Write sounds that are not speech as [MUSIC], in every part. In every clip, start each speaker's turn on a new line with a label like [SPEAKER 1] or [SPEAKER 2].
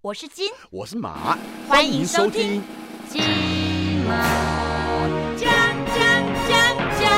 [SPEAKER 1] 我是金
[SPEAKER 2] 我是马，
[SPEAKER 1] 欢迎收听。金毛讲讲讲讲，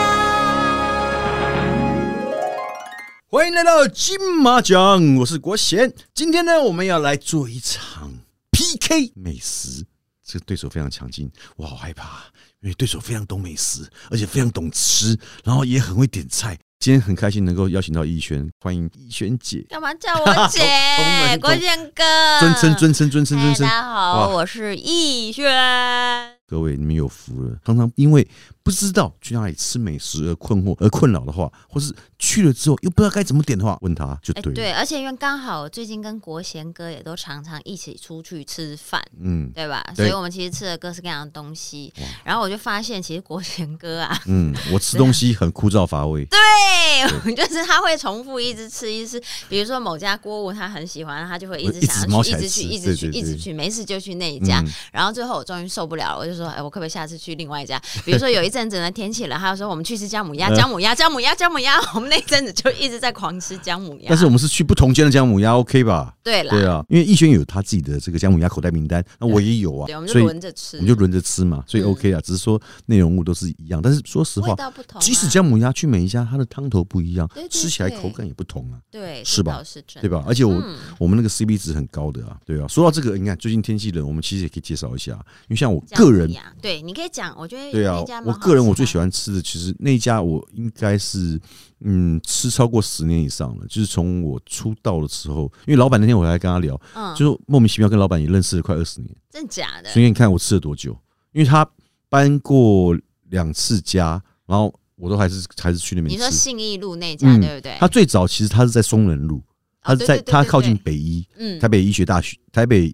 [SPEAKER 2] 欢迎来到金马奖，我是国贤。今天呢，我们要来做一场 PK 美食。这个对手非常强劲，我好害怕，因为对手非常懂美食，而且非常懂吃，然后也很会点菜。今天很开心能够邀请到逸轩，欢迎逸轩姐，
[SPEAKER 1] 干嘛叫我
[SPEAKER 2] [LAUGHS]
[SPEAKER 1] 姐
[SPEAKER 2] 同门？
[SPEAKER 1] 国
[SPEAKER 2] 同
[SPEAKER 1] 贤哥，
[SPEAKER 2] 尊称尊称尊称尊
[SPEAKER 1] 嗨
[SPEAKER 2] 称
[SPEAKER 1] 大。家好，
[SPEAKER 2] 哇
[SPEAKER 1] 我是逸轩。哎
[SPEAKER 2] 各位，你们有福了。常常因为不知道去哪里吃美食而困惑而困扰的话，或是去了之后又不知道该怎么点的话，问他就
[SPEAKER 1] 哎，
[SPEAKER 2] 对了。
[SPEAKER 1] 对，而且因为刚好我最近跟国贤哥也都常常一起出去吃饭，
[SPEAKER 2] 嗯
[SPEAKER 1] 对吧？
[SPEAKER 2] 对
[SPEAKER 1] 所以我们其实吃了各式各样的东西。然后我就发现，其实国贤哥啊，
[SPEAKER 2] 嗯，我吃东西很枯燥乏味。
[SPEAKER 1] 对， [LAUGHS] 就是他会重复一直吃，一直吃比如说某家锅物他很喜欢，他就会一直
[SPEAKER 2] 一直
[SPEAKER 1] 想要
[SPEAKER 2] 猫
[SPEAKER 1] 去，
[SPEAKER 2] 起
[SPEAKER 1] 一
[SPEAKER 2] 来
[SPEAKER 1] 直去，
[SPEAKER 2] 吃
[SPEAKER 1] 一直去，
[SPEAKER 2] 对对
[SPEAKER 1] 一直
[SPEAKER 2] 对
[SPEAKER 1] 去，没事就去那一家。
[SPEAKER 2] 嗯
[SPEAKER 1] 然后最后我终于受不了了，我就说，哎，我可不可以下次去另外一家？比如说有一阵子呢，天气冷，他就说我们去吃姜母鸭，
[SPEAKER 2] 嗯
[SPEAKER 1] 姜母鸭，姜母鸭，姜母鸭。 [LAUGHS] 我们那一阵子就一直在狂吃姜母鸭
[SPEAKER 2] 但。是我们是去不同间的姜母鸭，OK 吧？
[SPEAKER 1] 对啦，
[SPEAKER 2] 对啊，因为逸轩有他自己的这个姜母鸭口袋名单，那我也有啊
[SPEAKER 1] 对，我，们就
[SPEAKER 2] 所以
[SPEAKER 1] 轮着吃，
[SPEAKER 2] 我们就轮着吃嘛，所以
[SPEAKER 1] 嗯
[SPEAKER 2] OK 啊。只是说内容物都是一样，但是说实
[SPEAKER 1] 味
[SPEAKER 2] 话，
[SPEAKER 1] 道不同啊、
[SPEAKER 2] 即使姜母鸭去每一家，它的汤头不一样
[SPEAKER 1] 对对，
[SPEAKER 2] 吃起来
[SPEAKER 1] 对
[SPEAKER 2] 口感也不同啊，
[SPEAKER 1] 对
[SPEAKER 2] 是吧
[SPEAKER 1] 这倒是真
[SPEAKER 2] 对
[SPEAKER 1] 的？
[SPEAKER 2] 吧？而且我
[SPEAKER 1] 嗯
[SPEAKER 2] 我们那个 CP 值很高的啊，对啊。说到这个，你看最近天气冷，我们其实也可以介绍一下，啊因为像我
[SPEAKER 1] 姜母
[SPEAKER 2] 个人
[SPEAKER 1] 鸭对，你可以讲，我觉得
[SPEAKER 2] 对啊
[SPEAKER 1] 哎那家，蛮
[SPEAKER 2] 我
[SPEAKER 1] 好
[SPEAKER 2] 个人
[SPEAKER 1] 吃
[SPEAKER 2] 我最
[SPEAKER 1] 的
[SPEAKER 2] 喜欢吃的，其实那一家我应该是嗯吃超过十年以上了，就是从我出道的时候，因为老板那天我还跟他聊，
[SPEAKER 1] 嗯，
[SPEAKER 2] 就是莫名其妙跟老板也认识了快二十年，
[SPEAKER 1] 真假的
[SPEAKER 2] 所以你看我吃了多久，因为他搬过两次家，然后我都还是还是去那
[SPEAKER 1] 你
[SPEAKER 2] 边
[SPEAKER 1] 说
[SPEAKER 2] 吃。
[SPEAKER 1] 信义路那家、
[SPEAKER 2] 嗯
[SPEAKER 1] 对不对？
[SPEAKER 2] 他最早其实他是在松仁路，他
[SPEAKER 1] 哦
[SPEAKER 2] 是在他靠近，
[SPEAKER 1] 对
[SPEAKER 2] 北医
[SPEAKER 1] 对对对对嗯，
[SPEAKER 2] 台北医学大学台北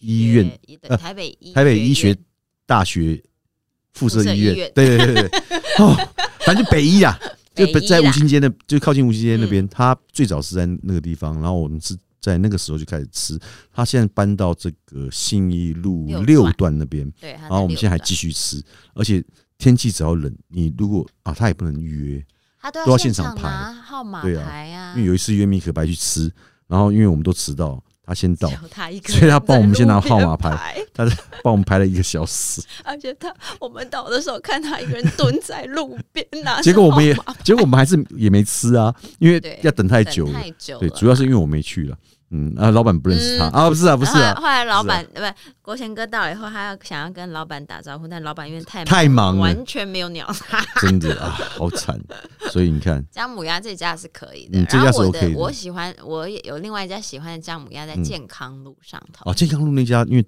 [SPEAKER 2] 医院
[SPEAKER 1] 医
[SPEAKER 2] 呃
[SPEAKER 1] 台北医
[SPEAKER 2] 台北医学
[SPEAKER 1] 院
[SPEAKER 2] 大学附设
[SPEAKER 1] 附
[SPEAKER 2] 医
[SPEAKER 1] 设医院
[SPEAKER 2] 院，对对对对对，哦，反正北医啊，就
[SPEAKER 1] 北医
[SPEAKER 2] 在
[SPEAKER 1] 啦嗯
[SPEAKER 2] 吴兴街那，就靠近吴兴街那边，他最早是在那个地方，然后我们是在那个时候就开始吃，他现在搬到这个信义路
[SPEAKER 1] 六段
[SPEAKER 2] 六段那边，
[SPEAKER 1] 对，然
[SPEAKER 2] 然哦后我们现在还继续吃，而且天气只要冷，你如果啊，他也不能约，
[SPEAKER 1] 他都
[SPEAKER 2] 都
[SPEAKER 1] 要
[SPEAKER 2] 要
[SPEAKER 1] 现
[SPEAKER 2] 现场排
[SPEAKER 1] 拿号码
[SPEAKER 2] 对啊
[SPEAKER 1] 牌啊，
[SPEAKER 2] 因为有一次约米可白去吃，然后因为我们都迟到，他先到
[SPEAKER 1] 只，有他一个，
[SPEAKER 2] 所以他帮我们先拿号码牌
[SPEAKER 1] 牌，
[SPEAKER 2] 他帮我们排了一个小时。
[SPEAKER 1] 而且他我们到的时候看他一个人蹲在路
[SPEAKER 2] [LAUGHS]
[SPEAKER 1] 边拿着
[SPEAKER 2] 结果我们也
[SPEAKER 1] 号码，
[SPEAKER 2] 结果我们还是也没吃啊，因为
[SPEAKER 1] 啊哦对
[SPEAKER 2] 要等太
[SPEAKER 1] 等
[SPEAKER 2] 久了
[SPEAKER 1] 太。久了，
[SPEAKER 2] 对，主要是因为我没去了。嗯啊，老板不认识他
[SPEAKER 1] 嗯
[SPEAKER 2] 啊，不是啊，不是
[SPEAKER 1] 然后
[SPEAKER 2] 啊，
[SPEAKER 1] 后来老板呃不，国贤哥到了以后，他要想要跟老板打招呼，但老板因为太
[SPEAKER 2] 太忙了
[SPEAKER 1] 完全没有鸟他。
[SPEAKER 2] 真的啊，好惨。所以你看，
[SPEAKER 1] 姜母鸭这家是可以的，
[SPEAKER 2] 嗯这
[SPEAKER 1] 然
[SPEAKER 2] 家
[SPEAKER 1] 后我
[SPEAKER 2] 是
[SPEAKER 1] 的
[SPEAKER 2] OK 的嗯
[SPEAKER 1] 我喜欢，我也有另外一家喜欢的姜母鸭在健康路上头。
[SPEAKER 2] 啊，健康路那家因为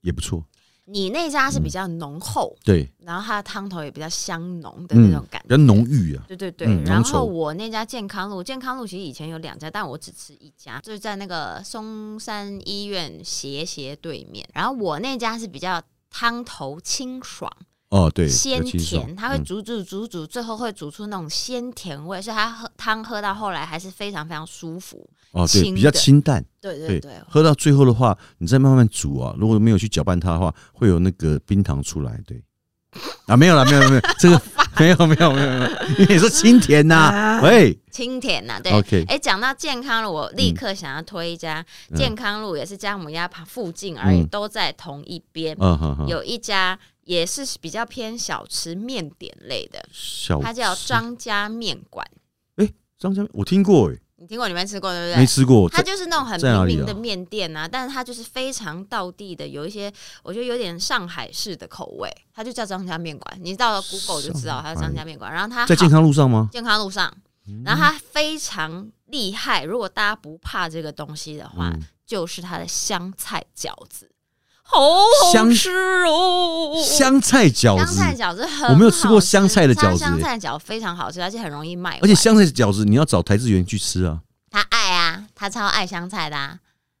[SPEAKER 2] 也不错，
[SPEAKER 1] 你那家
[SPEAKER 2] 嗯
[SPEAKER 1] 是比较浓厚，
[SPEAKER 2] 对，
[SPEAKER 1] 然后它的汤头也比较香浓的那
[SPEAKER 2] 嗯
[SPEAKER 1] 种，感
[SPEAKER 2] 比
[SPEAKER 1] 觉，
[SPEAKER 2] 较浓。郁啊，
[SPEAKER 1] 对对对，
[SPEAKER 2] 嗯
[SPEAKER 1] 然
[SPEAKER 2] 浓稠
[SPEAKER 1] 后我那家健康路，健康路其实以前有两家，但我只吃一家，就是在那个松山医院斜斜对面。然后我那家是比较汤头清爽、
[SPEAKER 2] 哦，对，
[SPEAKER 1] 鲜
[SPEAKER 2] 比较清爽
[SPEAKER 1] 甜，它会
[SPEAKER 2] 嗯
[SPEAKER 1] 煮煮煮煮，最后会煮出那种鲜甜味，所以它喝汤喝到后来还是非常非常舒服。
[SPEAKER 2] 哦，对，
[SPEAKER 1] 清
[SPEAKER 2] 比较
[SPEAKER 1] 的
[SPEAKER 2] 清淡。
[SPEAKER 1] 对对
[SPEAKER 2] 对
[SPEAKER 1] 对，
[SPEAKER 2] 喝到最后的话，你再慢慢煮啊，如果没有去搅拌它的话，会有那个冰糖出来。对，啊，没有啦，没有没有，这个没有没有没有没有，因为你说清甜呐，喂，
[SPEAKER 1] 清甜呐、对。
[SPEAKER 2] OK
[SPEAKER 1] 哎，讲到健康了，我立刻想要推一家、
[SPEAKER 2] 嗯
[SPEAKER 1] 健康路，也是姜母鸭旁附近而已，
[SPEAKER 2] 嗯
[SPEAKER 1] 都在同一边。
[SPEAKER 2] 嗯哼哼，
[SPEAKER 1] 有一家也是比较偏小吃面点类的，
[SPEAKER 2] 小
[SPEAKER 1] 它叫
[SPEAKER 2] 吃
[SPEAKER 1] 张家面馆。
[SPEAKER 2] 张家，我听过哎，
[SPEAKER 1] 你听过？你没吃过对不对？
[SPEAKER 2] 没吃过，
[SPEAKER 1] 它
[SPEAKER 2] 在
[SPEAKER 1] 就是那种很
[SPEAKER 2] 在
[SPEAKER 1] 平
[SPEAKER 2] 哪里啊
[SPEAKER 1] 民的面店啊，但是它就是非常道地的，有一些我觉得有点上海式的口味，它就叫张家面馆。你到了 Google 就知道它是张家面馆。然后它
[SPEAKER 2] 在健
[SPEAKER 1] 好
[SPEAKER 2] 康路上吗？
[SPEAKER 1] 健康路上，
[SPEAKER 2] 嗯
[SPEAKER 1] 然后它非常厉害。如果大家不怕这个东西的话，
[SPEAKER 2] 嗯
[SPEAKER 1] 就是它的香菜饺子，好好
[SPEAKER 2] 香
[SPEAKER 1] 吃哦！
[SPEAKER 2] 香菜饺
[SPEAKER 1] 香
[SPEAKER 2] 子，
[SPEAKER 1] 菜饺子很，
[SPEAKER 2] 我没有吃过香菜的饺子
[SPEAKER 1] 香
[SPEAKER 2] 耶
[SPEAKER 1] 菜饺非常好吃，而且很容易卖完。
[SPEAKER 2] 而且香菜饺子你要找台志源去吃啊，
[SPEAKER 1] 他爱啊，他超爱香菜的、啊，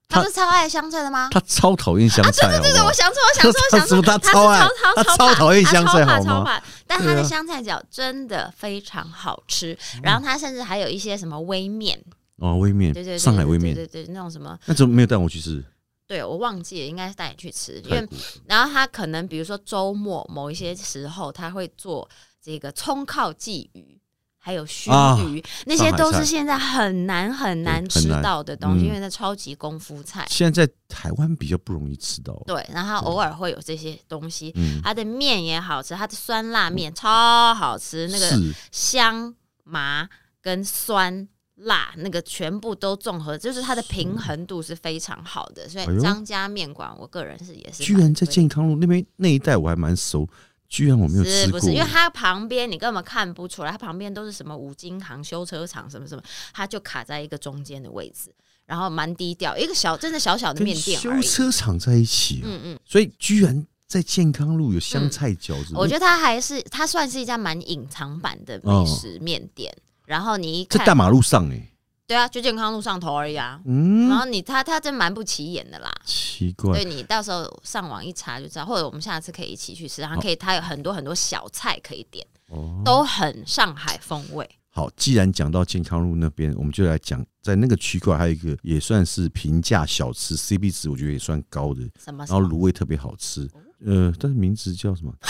[SPEAKER 1] 他
[SPEAKER 2] 他
[SPEAKER 1] 不是超爱香菜的吗？
[SPEAKER 2] 他超讨厌香菜好
[SPEAKER 1] 啊对
[SPEAKER 2] 不
[SPEAKER 1] 对，
[SPEAKER 2] 好
[SPEAKER 1] 我？想错，我想错，我
[SPEAKER 2] 他
[SPEAKER 1] 想错，
[SPEAKER 2] 他
[SPEAKER 1] 他
[SPEAKER 2] 他超爱
[SPEAKER 1] 他
[SPEAKER 2] 他
[SPEAKER 1] 超
[SPEAKER 2] 超讨厌
[SPEAKER 1] 他
[SPEAKER 2] 香菜
[SPEAKER 1] 超怕
[SPEAKER 2] 好吗
[SPEAKER 1] 超怕但他的
[SPEAKER 2] 对啊嗯
[SPEAKER 1] 香菜饺真的非常好吃，然后他甚至还有一些什么微面，
[SPEAKER 2] 哦，微面
[SPEAKER 1] 对对，对，
[SPEAKER 2] 上海
[SPEAKER 1] 对
[SPEAKER 2] 微
[SPEAKER 1] 对
[SPEAKER 2] 面，
[SPEAKER 1] 对对对，那种什么，
[SPEAKER 2] 那怎么没有带我去吃？
[SPEAKER 1] 对我忘记了，应该是带你去吃，因
[SPEAKER 2] 太
[SPEAKER 1] 为
[SPEAKER 2] 苦了
[SPEAKER 1] 然后他可能比如说周末某一些时候，他会做这个葱靠鲫鱼，还有须
[SPEAKER 2] 啊
[SPEAKER 1] 臾，那些都
[SPEAKER 2] 上海
[SPEAKER 1] 是
[SPEAKER 2] 菜
[SPEAKER 1] 现在很难很难
[SPEAKER 2] 对
[SPEAKER 1] 吃
[SPEAKER 2] 很难
[SPEAKER 1] 到的东西，
[SPEAKER 2] 嗯
[SPEAKER 1] 因为那超级功夫菜。
[SPEAKER 2] 现在在台湾比较不容易吃到。
[SPEAKER 1] 对，然后它偶尔会有这些东西，
[SPEAKER 2] 嗯，
[SPEAKER 1] 它的面也好吃，它的酸辣面超好吃，那个
[SPEAKER 2] 是
[SPEAKER 1] 香麻跟酸辣那个全部都综合，就是它的平衡度是非常好的。所
[SPEAKER 2] 哎呦
[SPEAKER 1] 以张家面馆，我个人是也是
[SPEAKER 2] 居然
[SPEAKER 1] 蛮
[SPEAKER 2] 在
[SPEAKER 1] 推
[SPEAKER 2] 健康路那边那一带我还蛮熟，居然我没有
[SPEAKER 1] 是
[SPEAKER 2] 吃
[SPEAKER 1] 不
[SPEAKER 2] 过。
[SPEAKER 1] 是？因为它旁边你根本看不出来，它旁边都是什么五金行、修车厂什么什么，它就卡在一个中间的位置，然后蛮低调，一个小真的小小的
[SPEAKER 2] 跟
[SPEAKER 1] 面店而
[SPEAKER 2] 修
[SPEAKER 1] 已。
[SPEAKER 2] 车厂在一起、啊，
[SPEAKER 1] 嗯嗯，
[SPEAKER 2] 所以居然在健康路有香菜饺子，
[SPEAKER 1] 我觉得它还是它算是一家蛮隐藏版的美食面店。然后你一
[SPEAKER 2] 在大
[SPEAKER 1] 看，
[SPEAKER 2] 马路上哎、
[SPEAKER 1] 对啊，就健康路上头而已啊。然
[SPEAKER 2] 嗯，
[SPEAKER 1] 后你它它真蛮不起眼的啦。
[SPEAKER 2] 奇怪
[SPEAKER 1] 对，你到时候上网一查就知道，或者我们下次可以一起去吃，然后可以它有很多很多小菜可以点，
[SPEAKER 2] 哦。
[SPEAKER 1] 都很上海风味。
[SPEAKER 2] 好，既然讲到健康路那边，我们就来讲在那个区块还有一个也算是平价小吃，CP 值我觉得也算高的，
[SPEAKER 1] 什么
[SPEAKER 2] 然
[SPEAKER 1] 什
[SPEAKER 2] 后
[SPEAKER 1] 么
[SPEAKER 2] 卤味特别好吃，
[SPEAKER 1] 哦
[SPEAKER 2] 呃，但是名字叫什么？ [LAUGHS]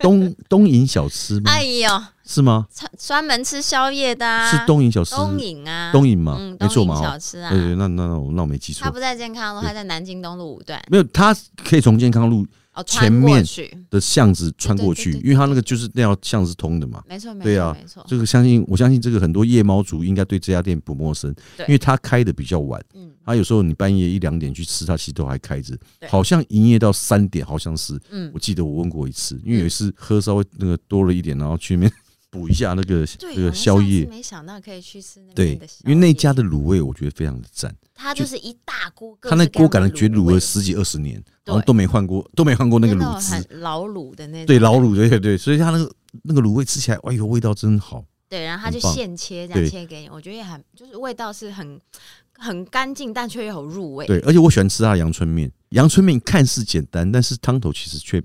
[SPEAKER 2] 东东营小吃吗？
[SPEAKER 1] 哎呦，
[SPEAKER 2] 是吗？
[SPEAKER 1] 专专门吃宵夜的、啊，
[SPEAKER 2] 是东营小吃，
[SPEAKER 1] 东引啊，
[SPEAKER 2] 东营嘛，
[SPEAKER 1] 嗯，
[SPEAKER 2] 没错
[SPEAKER 1] 东
[SPEAKER 2] 嘛，
[SPEAKER 1] 引
[SPEAKER 2] 哦
[SPEAKER 1] 小吃啊，
[SPEAKER 2] 对对，那那那我那我没记
[SPEAKER 1] 它
[SPEAKER 2] 错，
[SPEAKER 1] 不在健康路，它在南京东路五段
[SPEAKER 2] 没有，它可以从健康路
[SPEAKER 1] 哦，
[SPEAKER 2] 前
[SPEAKER 1] 穿
[SPEAKER 2] 面
[SPEAKER 1] 过去，
[SPEAKER 2] 的巷子穿过去，
[SPEAKER 1] 对对对对
[SPEAKER 2] 因为它那个就是那条巷子通的嘛。
[SPEAKER 1] 没错没
[SPEAKER 2] 对
[SPEAKER 1] 错
[SPEAKER 2] 啊
[SPEAKER 1] 没错，
[SPEAKER 2] 这个相信我相信这个很多夜猫族应该对这家店不陌生，
[SPEAKER 1] 对
[SPEAKER 2] 因为它开的比较晚，
[SPEAKER 1] 嗯
[SPEAKER 2] 它有时候你半夜一两点去吃，它其实都还开着，
[SPEAKER 1] 对
[SPEAKER 2] 好像营业到三点，好像是。
[SPEAKER 1] 嗯，
[SPEAKER 2] 我记得我问过一次，因为有一次喝稍微那个多了一点，然后去那边补一下那个
[SPEAKER 1] 对，
[SPEAKER 2] 那个
[SPEAKER 1] 我
[SPEAKER 2] 宵
[SPEAKER 1] 上次
[SPEAKER 2] 夜。
[SPEAKER 1] 没想到可以去吃那
[SPEAKER 2] 对
[SPEAKER 1] 边的宵，
[SPEAKER 2] 因
[SPEAKER 1] 夜，
[SPEAKER 2] 为那家的卤味我觉得非常的赞，
[SPEAKER 1] 它就是一大锅，各
[SPEAKER 2] 它那
[SPEAKER 1] 式各
[SPEAKER 2] 锅
[SPEAKER 1] 样
[SPEAKER 2] 感
[SPEAKER 1] 的
[SPEAKER 2] 觉觉得
[SPEAKER 1] 卤
[SPEAKER 2] 卤
[SPEAKER 1] 味
[SPEAKER 2] 了十几二十年，
[SPEAKER 1] 对
[SPEAKER 2] 然后都没换过，都没换过那个
[SPEAKER 1] 就
[SPEAKER 2] 卤
[SPEAKER 1] 种
[SPEAKER 2] 汁，
[SPEAKER 1] 很老卤的那种，
[SPEAKER 2] 对老卤，对对对，所以它那个那个卤味吃起来，哎呦，味道真好。
[SPEAKER 1] 对，然后它
[SPEAKER 2] 很
[SPEAKER 1] 就
[SPEAKER 2] 棒
[SPEAKER 1] 现切这
[SPEAKER 2] 对
[SPEAKER 1] 样切给你，我觉得也很就是味道是很很干净，但却又很入味，
[SPEAKER 2] 对，而且我喜欢吃它的阳春面。阳春面看似简单，但是汤头其实却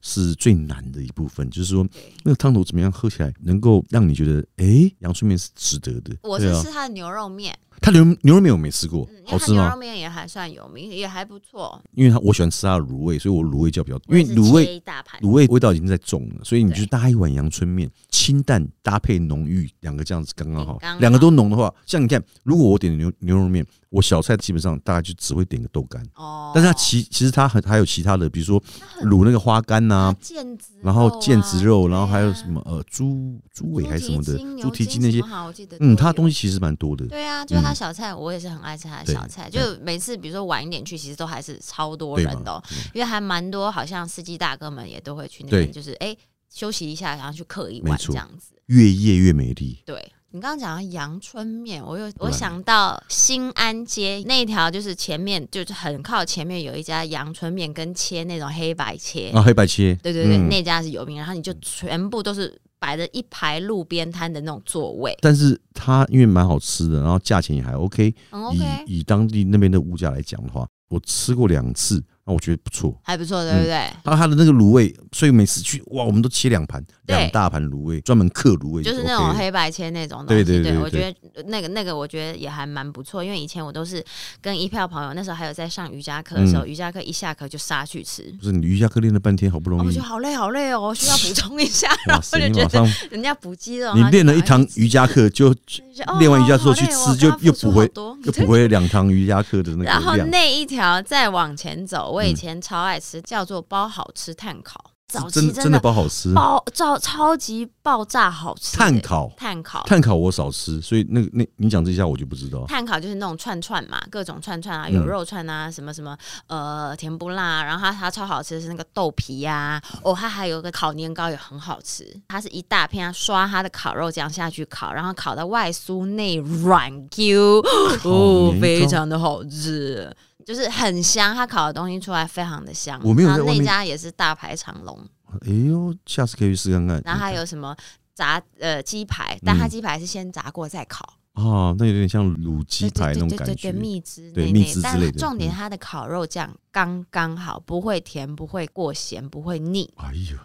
[SPEAKER 2] 是最难的一部分。就是说，
[SPEAKER 1] 对
[SPEAKER 2] 那个汤头怎么样喝起来能够让你觉得，哎，阳春面是值得的。
[SPEAKER 1] 我
[SPEAKER 2] 对
[SPEAKER 1] 是
[SPEAKER 2] 啊
[SPEAKER 1] 吃它的牛肉面，
[SPEAKER 2] 它牛牛肉面我没吃过
[SPEAKER 1] 嗯，，因
[SPEAKER 2] 好
[SPEAKER 1] 为它
[SPEAKER 2] 吃
[SPEAKER 1] 牛
[SPEAKER 2] 吗
[SPEAKER 1] 肉？面也还算有名，也还不错，
[SPEAKER 2] 因为它我喜欢吃它的卤味，所以我卤味叫比较，因
[SPEAKER 1] 我
[SPEAKER 2] 为
[SPEAKER 1] 也是
[SPEAKER 2] 卤味
[SPEAKER 1] 切一大盘，
[SPEAKER 2] 卤味味道已经在重了，所以你
[SPEAKER 1] 对
[SPEAKER 2] 就搭一碗阳春面，清淡搭配浓郁，两个这样子刚刚好
[SPEAKER 1] 嗯刚。好
[SPEAKER 2] 两个都浓的话，像你看，如果我点牛牛肉面，我小菜基本上大概就只会点个豆干，
[SPEAKER 1] 哦，
[SPEAKER 2] 但是它其其实它还还有其他的，比如说
[SPEAKER 1] 它很
[SPEAKER 2] 卤那个花干呐、
[SPEAKER 1] 它腱子肉啊、
[SPEAKER 2] 然后腱子肉，然后还有什
[SPEAKER 1] 对啊
[SPEAKER 2] 么呃猪猪尾还是什么的
[SPEAKER 1] 猪蹄筋
[SPEAKER 2] 猪蹄筋那
[SPEAKER 1] 牛筋
[SPEAKER 2] 些
[SPEAKER 1] 什，么好我记得
[SPEAKER 2] 嗯，它的东
[SPEAKER 1] 西。
[SPEAKER 2] 西其实蛮多的。
[SPEAKER 1] 对啊，就是它
[SPEAKER 2] 嗯
[SPEAKER 1] 小菜，我也是很爱吃它的
[SPEAKER 2] 对
[SPEAKER 1] 小菜。
[SPEAKER 2] 对
[SPEAKER 1] 就每次比如说晚一点去，其实都还是超多
[SPEAKER 2] 对
[SPEAKER 1] 人
[SPEAKER 2] 嘛
[SPEAKER 1] 的哦、
[SPEAKER 2] 嗯
[SPEAKER 1] 因为还蛮多，好像司机大哥们也都会去那
[SPEAKER 2] 对
[SPEAKER 1] 边，就是哎、休息一下，然后去刻一
[SPEAKER 2] 没
[SPEAKER 1] 碗
[SPEAKER 2] 错
[SPEAKER 1] 这样子。
[SPEAKER 2] 越夜越美丽，
[SPEAKER 1] 对你刚刚讲到阳春面，我又
[SPEAKER 2] 然
[SPEAKER 1] 我
[SPEAKER 2] 呢
[SPEAKER 1] 想到新安街那一条，就是前面就是很靠前面有一家阳春面，跟切那种黑白切，
[SPEAKER 2] 啊，黑白切，
[SPEAKER 1] 对对对，
[SPEAKER 2] 嗯
[SPEAKER 1] 那家是有名，然后你就全部都是摆着一排路边摊的那种座位，
[SPEAKER 2] 但是它因为蛮好吃的，然后价钱也还 OK，
[SPEAKER 1] 很嗯 OK，
[SPEAKER 2] 以以当地那边的物价来讲的话，我吃过两次，那我觉得不错。
[SPEAKER 1] 还不错，对不对？
[SPEAKER 2] 还有它的那个卤味，所以每次去哇，我们都切两盘，
[SPEAKER 1] 对
[SPEAKER 2] 两大盘卤味，专门克卤味，
[SPEAKER 1] 就是那
[SPEAKER 2] OK
[SPEAKER 1] 种
[SPEAKER 2] 的
[SPEAKER 1] 黑白切那种东
[SPEAKER 2] 对
[SPEAKER 1] 西，
[SPEAKER 2] 对对对
[SPEAKER 1] 我觉得那个那个我觉得也还蛮不错，因为以前我都是跟一票朋友，那时候还有在上瑜伽课的时候，
[SPEAKER 2] 嗯
[SPEAKER 1] 瑜伽课一下课就杀去吃，
[SPEAKER 2] 不是你瑜伽课练了半天，好不
[SPEAKER 1] 哦
[SPEAKER 2] 容
[SPEAKER 1] 我
[SPEAKER 2] 易，
[SPEAKER 1] 觉得，好累好累哦，需要补充一下然 [LAUGHS]
[SPEAKER 2] [LAUGHS] 哇
[SPEAKER 1] 后我
[SPEAKER 2] 塞，
[SPEAKER 1] 就
[SPEAKER 2] 你
[SPEAKER 1] 觉
[SPEAKER 2] 马
[SPEAKER 1] 得
[SPEAKER 2] 上
[SPEAKER 1] 人家补肌肉，
[SPEAKER 2] 你
[SPEAKER 1] 然后
[SPEAKER 2] 练了一
[SPEAKER 1] 赶
[SPEAKER 2] 堂
[SPEAKER 1] 快去
[SPEAKER 2] 瑜伽课
[SPEAKER 1] [LAUGHS]
[SPEAKER 2] 就
[SPEAKER 1] 吃哦
[SPEAKER 2] 练完瑜伽之后
[SPEAKER 1] 好累
[SPEAKER 2] 去
[SPEAKER 1] 哦
[SPEAKER 2] 吃
[SPEAKER 1] 我
[SPEAKER 2] 就
[SPEAKER 1] 刚刚
[SPEAKER 2] 又
[SPEAKER 1] 付出
[SPEAKER 2] 补回
[SPEAKER 1] 好多 [LAUGHS]
[SPEAKER 2] 又补回两堂瑜伽课的那
[SPEAKER 1] 然
[SPEAKER 2] 个
[SPEAKER 1] 后
[SPEAKER 2] 量，嗯
[SPEAKER 1] 那一条再往前走，我以前超爱吃，叫做包好吃炭烤，早期
[SPEAKER 2] 真
[SPEAKER 1] 真
[SPEAKER 2] 的不好吃。
[SPEAKER 1] 爆超超级爆炸好吃的，
[SPEAKER 2] 碳烤，
[SPEAKER 1] 炭烤。
[SPEAKER 2] 碳烤我少吃，所以那个那你讲这一下我就不知道。
[SPEAKER 1] 炭烤就是那种串串嘛，各种串串啊，
[SPEAKER 2] 哦嗯
[SPEAKER 1] 有肉串啊，什么什么，呃，甜不辣啊、然后它它超好吃的是那个豆皮呀、哦，它还有个烤年糕也很好吃，它是一大片，它刷它的烤肉酱下去烤，然后烤到外酥内软 Q，哦
[SPEAKER 2] 年糕，
[SPEAKER 1] 非常的好吃，就是很香，它烤的东西出来非常的香。
[SPEAKER 2] 我没有
[SPEAKER 1] 然
[SPEAKER 2] 在
[SPEAKER 1] 后
[SPEAKER 2] 外
[SPEAKER 1] 那
[SPEAKER 2] 面
[SPEAKER 1] 家也是大排长龙，
[SPEAKER 2] 哎呦，下次可以去试看看。
[SPEAKER 1] 然后还有什么炸呃鸡排，但
[SPEAKER 2] 嗯
[SPEAKER 1] 它鸡排是先炸过再烤。
[SPEAKER 2] 啊，那有点像卤鸡
[SPEAKER 1] 对对
[SPEAKER 2] 排那
[SPEAKER 1] 对
[SPEAKER 2] 种
[SPEAKER 1] 对
[SPEAKER 2] 感
[SPEAKER 1] 对
[SPEAKER 2] 觉
[SPEAKER 1] 对，。蜜汁
[SPEAKER 2] 对
[SPEAKER 1] 那
[SPEAKER 2] 蜜
[SPEAKER 1] 类
[SPEAKER 2] 汁之
[SPEAKER 1] 但
[SPEAKER 2] 类
[SPEAKER 1] 它
[SPEAKER 2] 的
[SPEAKER 1] 重点
[SPEAKER 2] 嗯
[SPEAKER 1] 它的烤肉酱刚刚好，不会甜，不会过咸，不会腻。
[SPEAKER 2] 哎呦，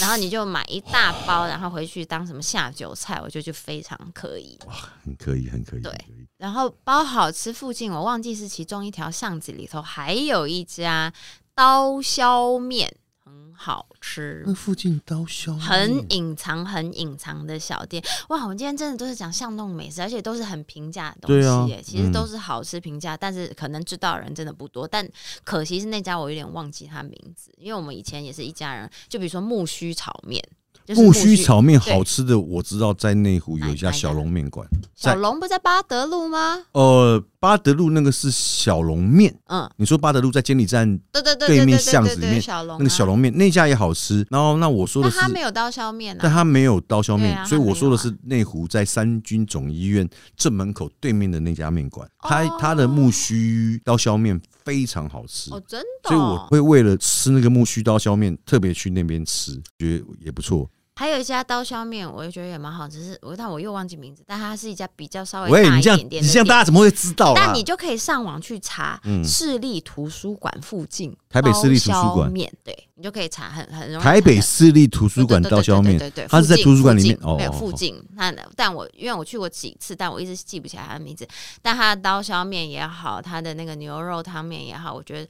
[SPEAKER 1] 然后你就买一大包，然后回去当什么下酒菜，我觉得就非常可以。
[SPEAKER 2] 很可以，很可以，
[SPEAKER 1] 对
[SPEAKER 2] 很可以。
[SPEAKER 1] 然后包好吃附近，我忘记是其中一条巷子里头还有一家刀削面，很很好吃
[SPEAKER 2] 那。附近刀削面
[SPEAKER 1] 很隐藏、很隐藏的小店，哇！我们今天真的都是讲巷弄美食，而且都是很平价的东
[SPEAKER 2] 对
[SPEAKER 1] 西、
[SPEAKER 2] 啊
[SPEAKER 1] 耶其实
[SPEAKER 2] 嗯
[SPEAKER 1] 都是好吃平价，但是可能知道的人真的不多。但可惜是那家我有点忘记他名字，因为我们以前也是一家人。就比如说木须炒面，就是
[SPEAKER 2] 木须
[SPEAKER 1] 须
[SPEAKER 2] 炒面
[SPEAKER 1] 对
[SPEAKER 2] 好吃的，我知道在内湖有一
[SPEAKER 1] 哪
[SPEAKER 2] 家
[SPEAKER 1] 一家
[SPEAKER 2] 小龙面馆，
[SPEAKER 1] 小龙不是在巴德路吗？
[SPEAKER 2] 呃，巴德路那个是小龙面。
[SPEAKER 1] 嗯，
[SPEAKER 2] 你说巴德路在监理站
[SPEAKER 1] 对对对
[SPEAKER 2] 对
[SPEAKER 1] 对
[SPEAKER 2] 面
[SPEAKER 1] 对
[SPEAKER 2] 巷子
[SPEAKER 1] 对
[SPEAKER 2] 里
[SPEAKER 1] 对
[SPEAKER 2] 面
[SPEAKER 1] 对，小龙、啊、
[SPEAKER 2] 那个小，龙面那家也好吃，然后那我说的
[SPEAKER 1] 但
[SPEAKER 2] 是，
[SPEAKER 1] 他没有刀削面
[SPEAKER 2] 但
[SPEAKER 1] 啊。
[SPEAKER 2] 它没有刀削
[SPEAKER 1] 对
[SPEAKER 2] 面，
[SPEAKER 1] 啊
[SPEAKER 2] 所以
[SPEAKER 1] 它没
[SPEAKER 2] 我
[SPEAKER 1] 有
[SPEAKER 2] 说的是内湖在三军总医院正门口对面的那家面馆，它
[SPEAKER 1] 哦
[SPEAKER 2] 它的木须刀削面非常好吃，
[SPEAKER 1] 哦，真的、哦，
[SPEAKER 2] 所以我会为了吃那个木须刀削面特别去那边吃，觉得也不错。
[SPEAKER 1] 还有一家刀削面，我也觉得也蛮好，只是我但我又忘记名字，但它是一家比较稍微
[SPEAKER 2] 喂，
[SPEAKER 1] 大
[SPEAKER 2] 你
[SPEAKER 1] 一
[SPEAKER 2] 这样
[SPEAKER 1] 点点
[SPEAKER 2] 你
[SPEAKER 1] 的
[SPEAKER 2] 这样
[SPEAKER 1] 店
[SPEAKER 2] 大家怎么会知道啊啦嗯
[SPEAKER 1] 但你？就可以上网去查市立图书馆附近
[SPEAKER 2] 台北市立图书馆
[SPEAKER 1] 刀削面，对你就可以查，很很容易查到。
[SPEAKER 2] 台北市立图书馆
[SPEAKER 1] 哦对
[SPEAKER 2] 刀削面
[SPEAKER 1] 对，对对对对对
[SPEAKER 2] 它是在
[SPEAKER 1] 附近
[SPEAKER 2] 图书馆里面
[SPEAKER 1] 附近
[SPEAKER 2] 哦
[SPEAKER 1] 没有
[SPEAKER 2] 哦哦
[SPEAKER 1] 附近。那但我因为我去过几次，但我一直记不起来它的名字。但它的刀削面也好，它的那个牛肉汤面也好，我觉得。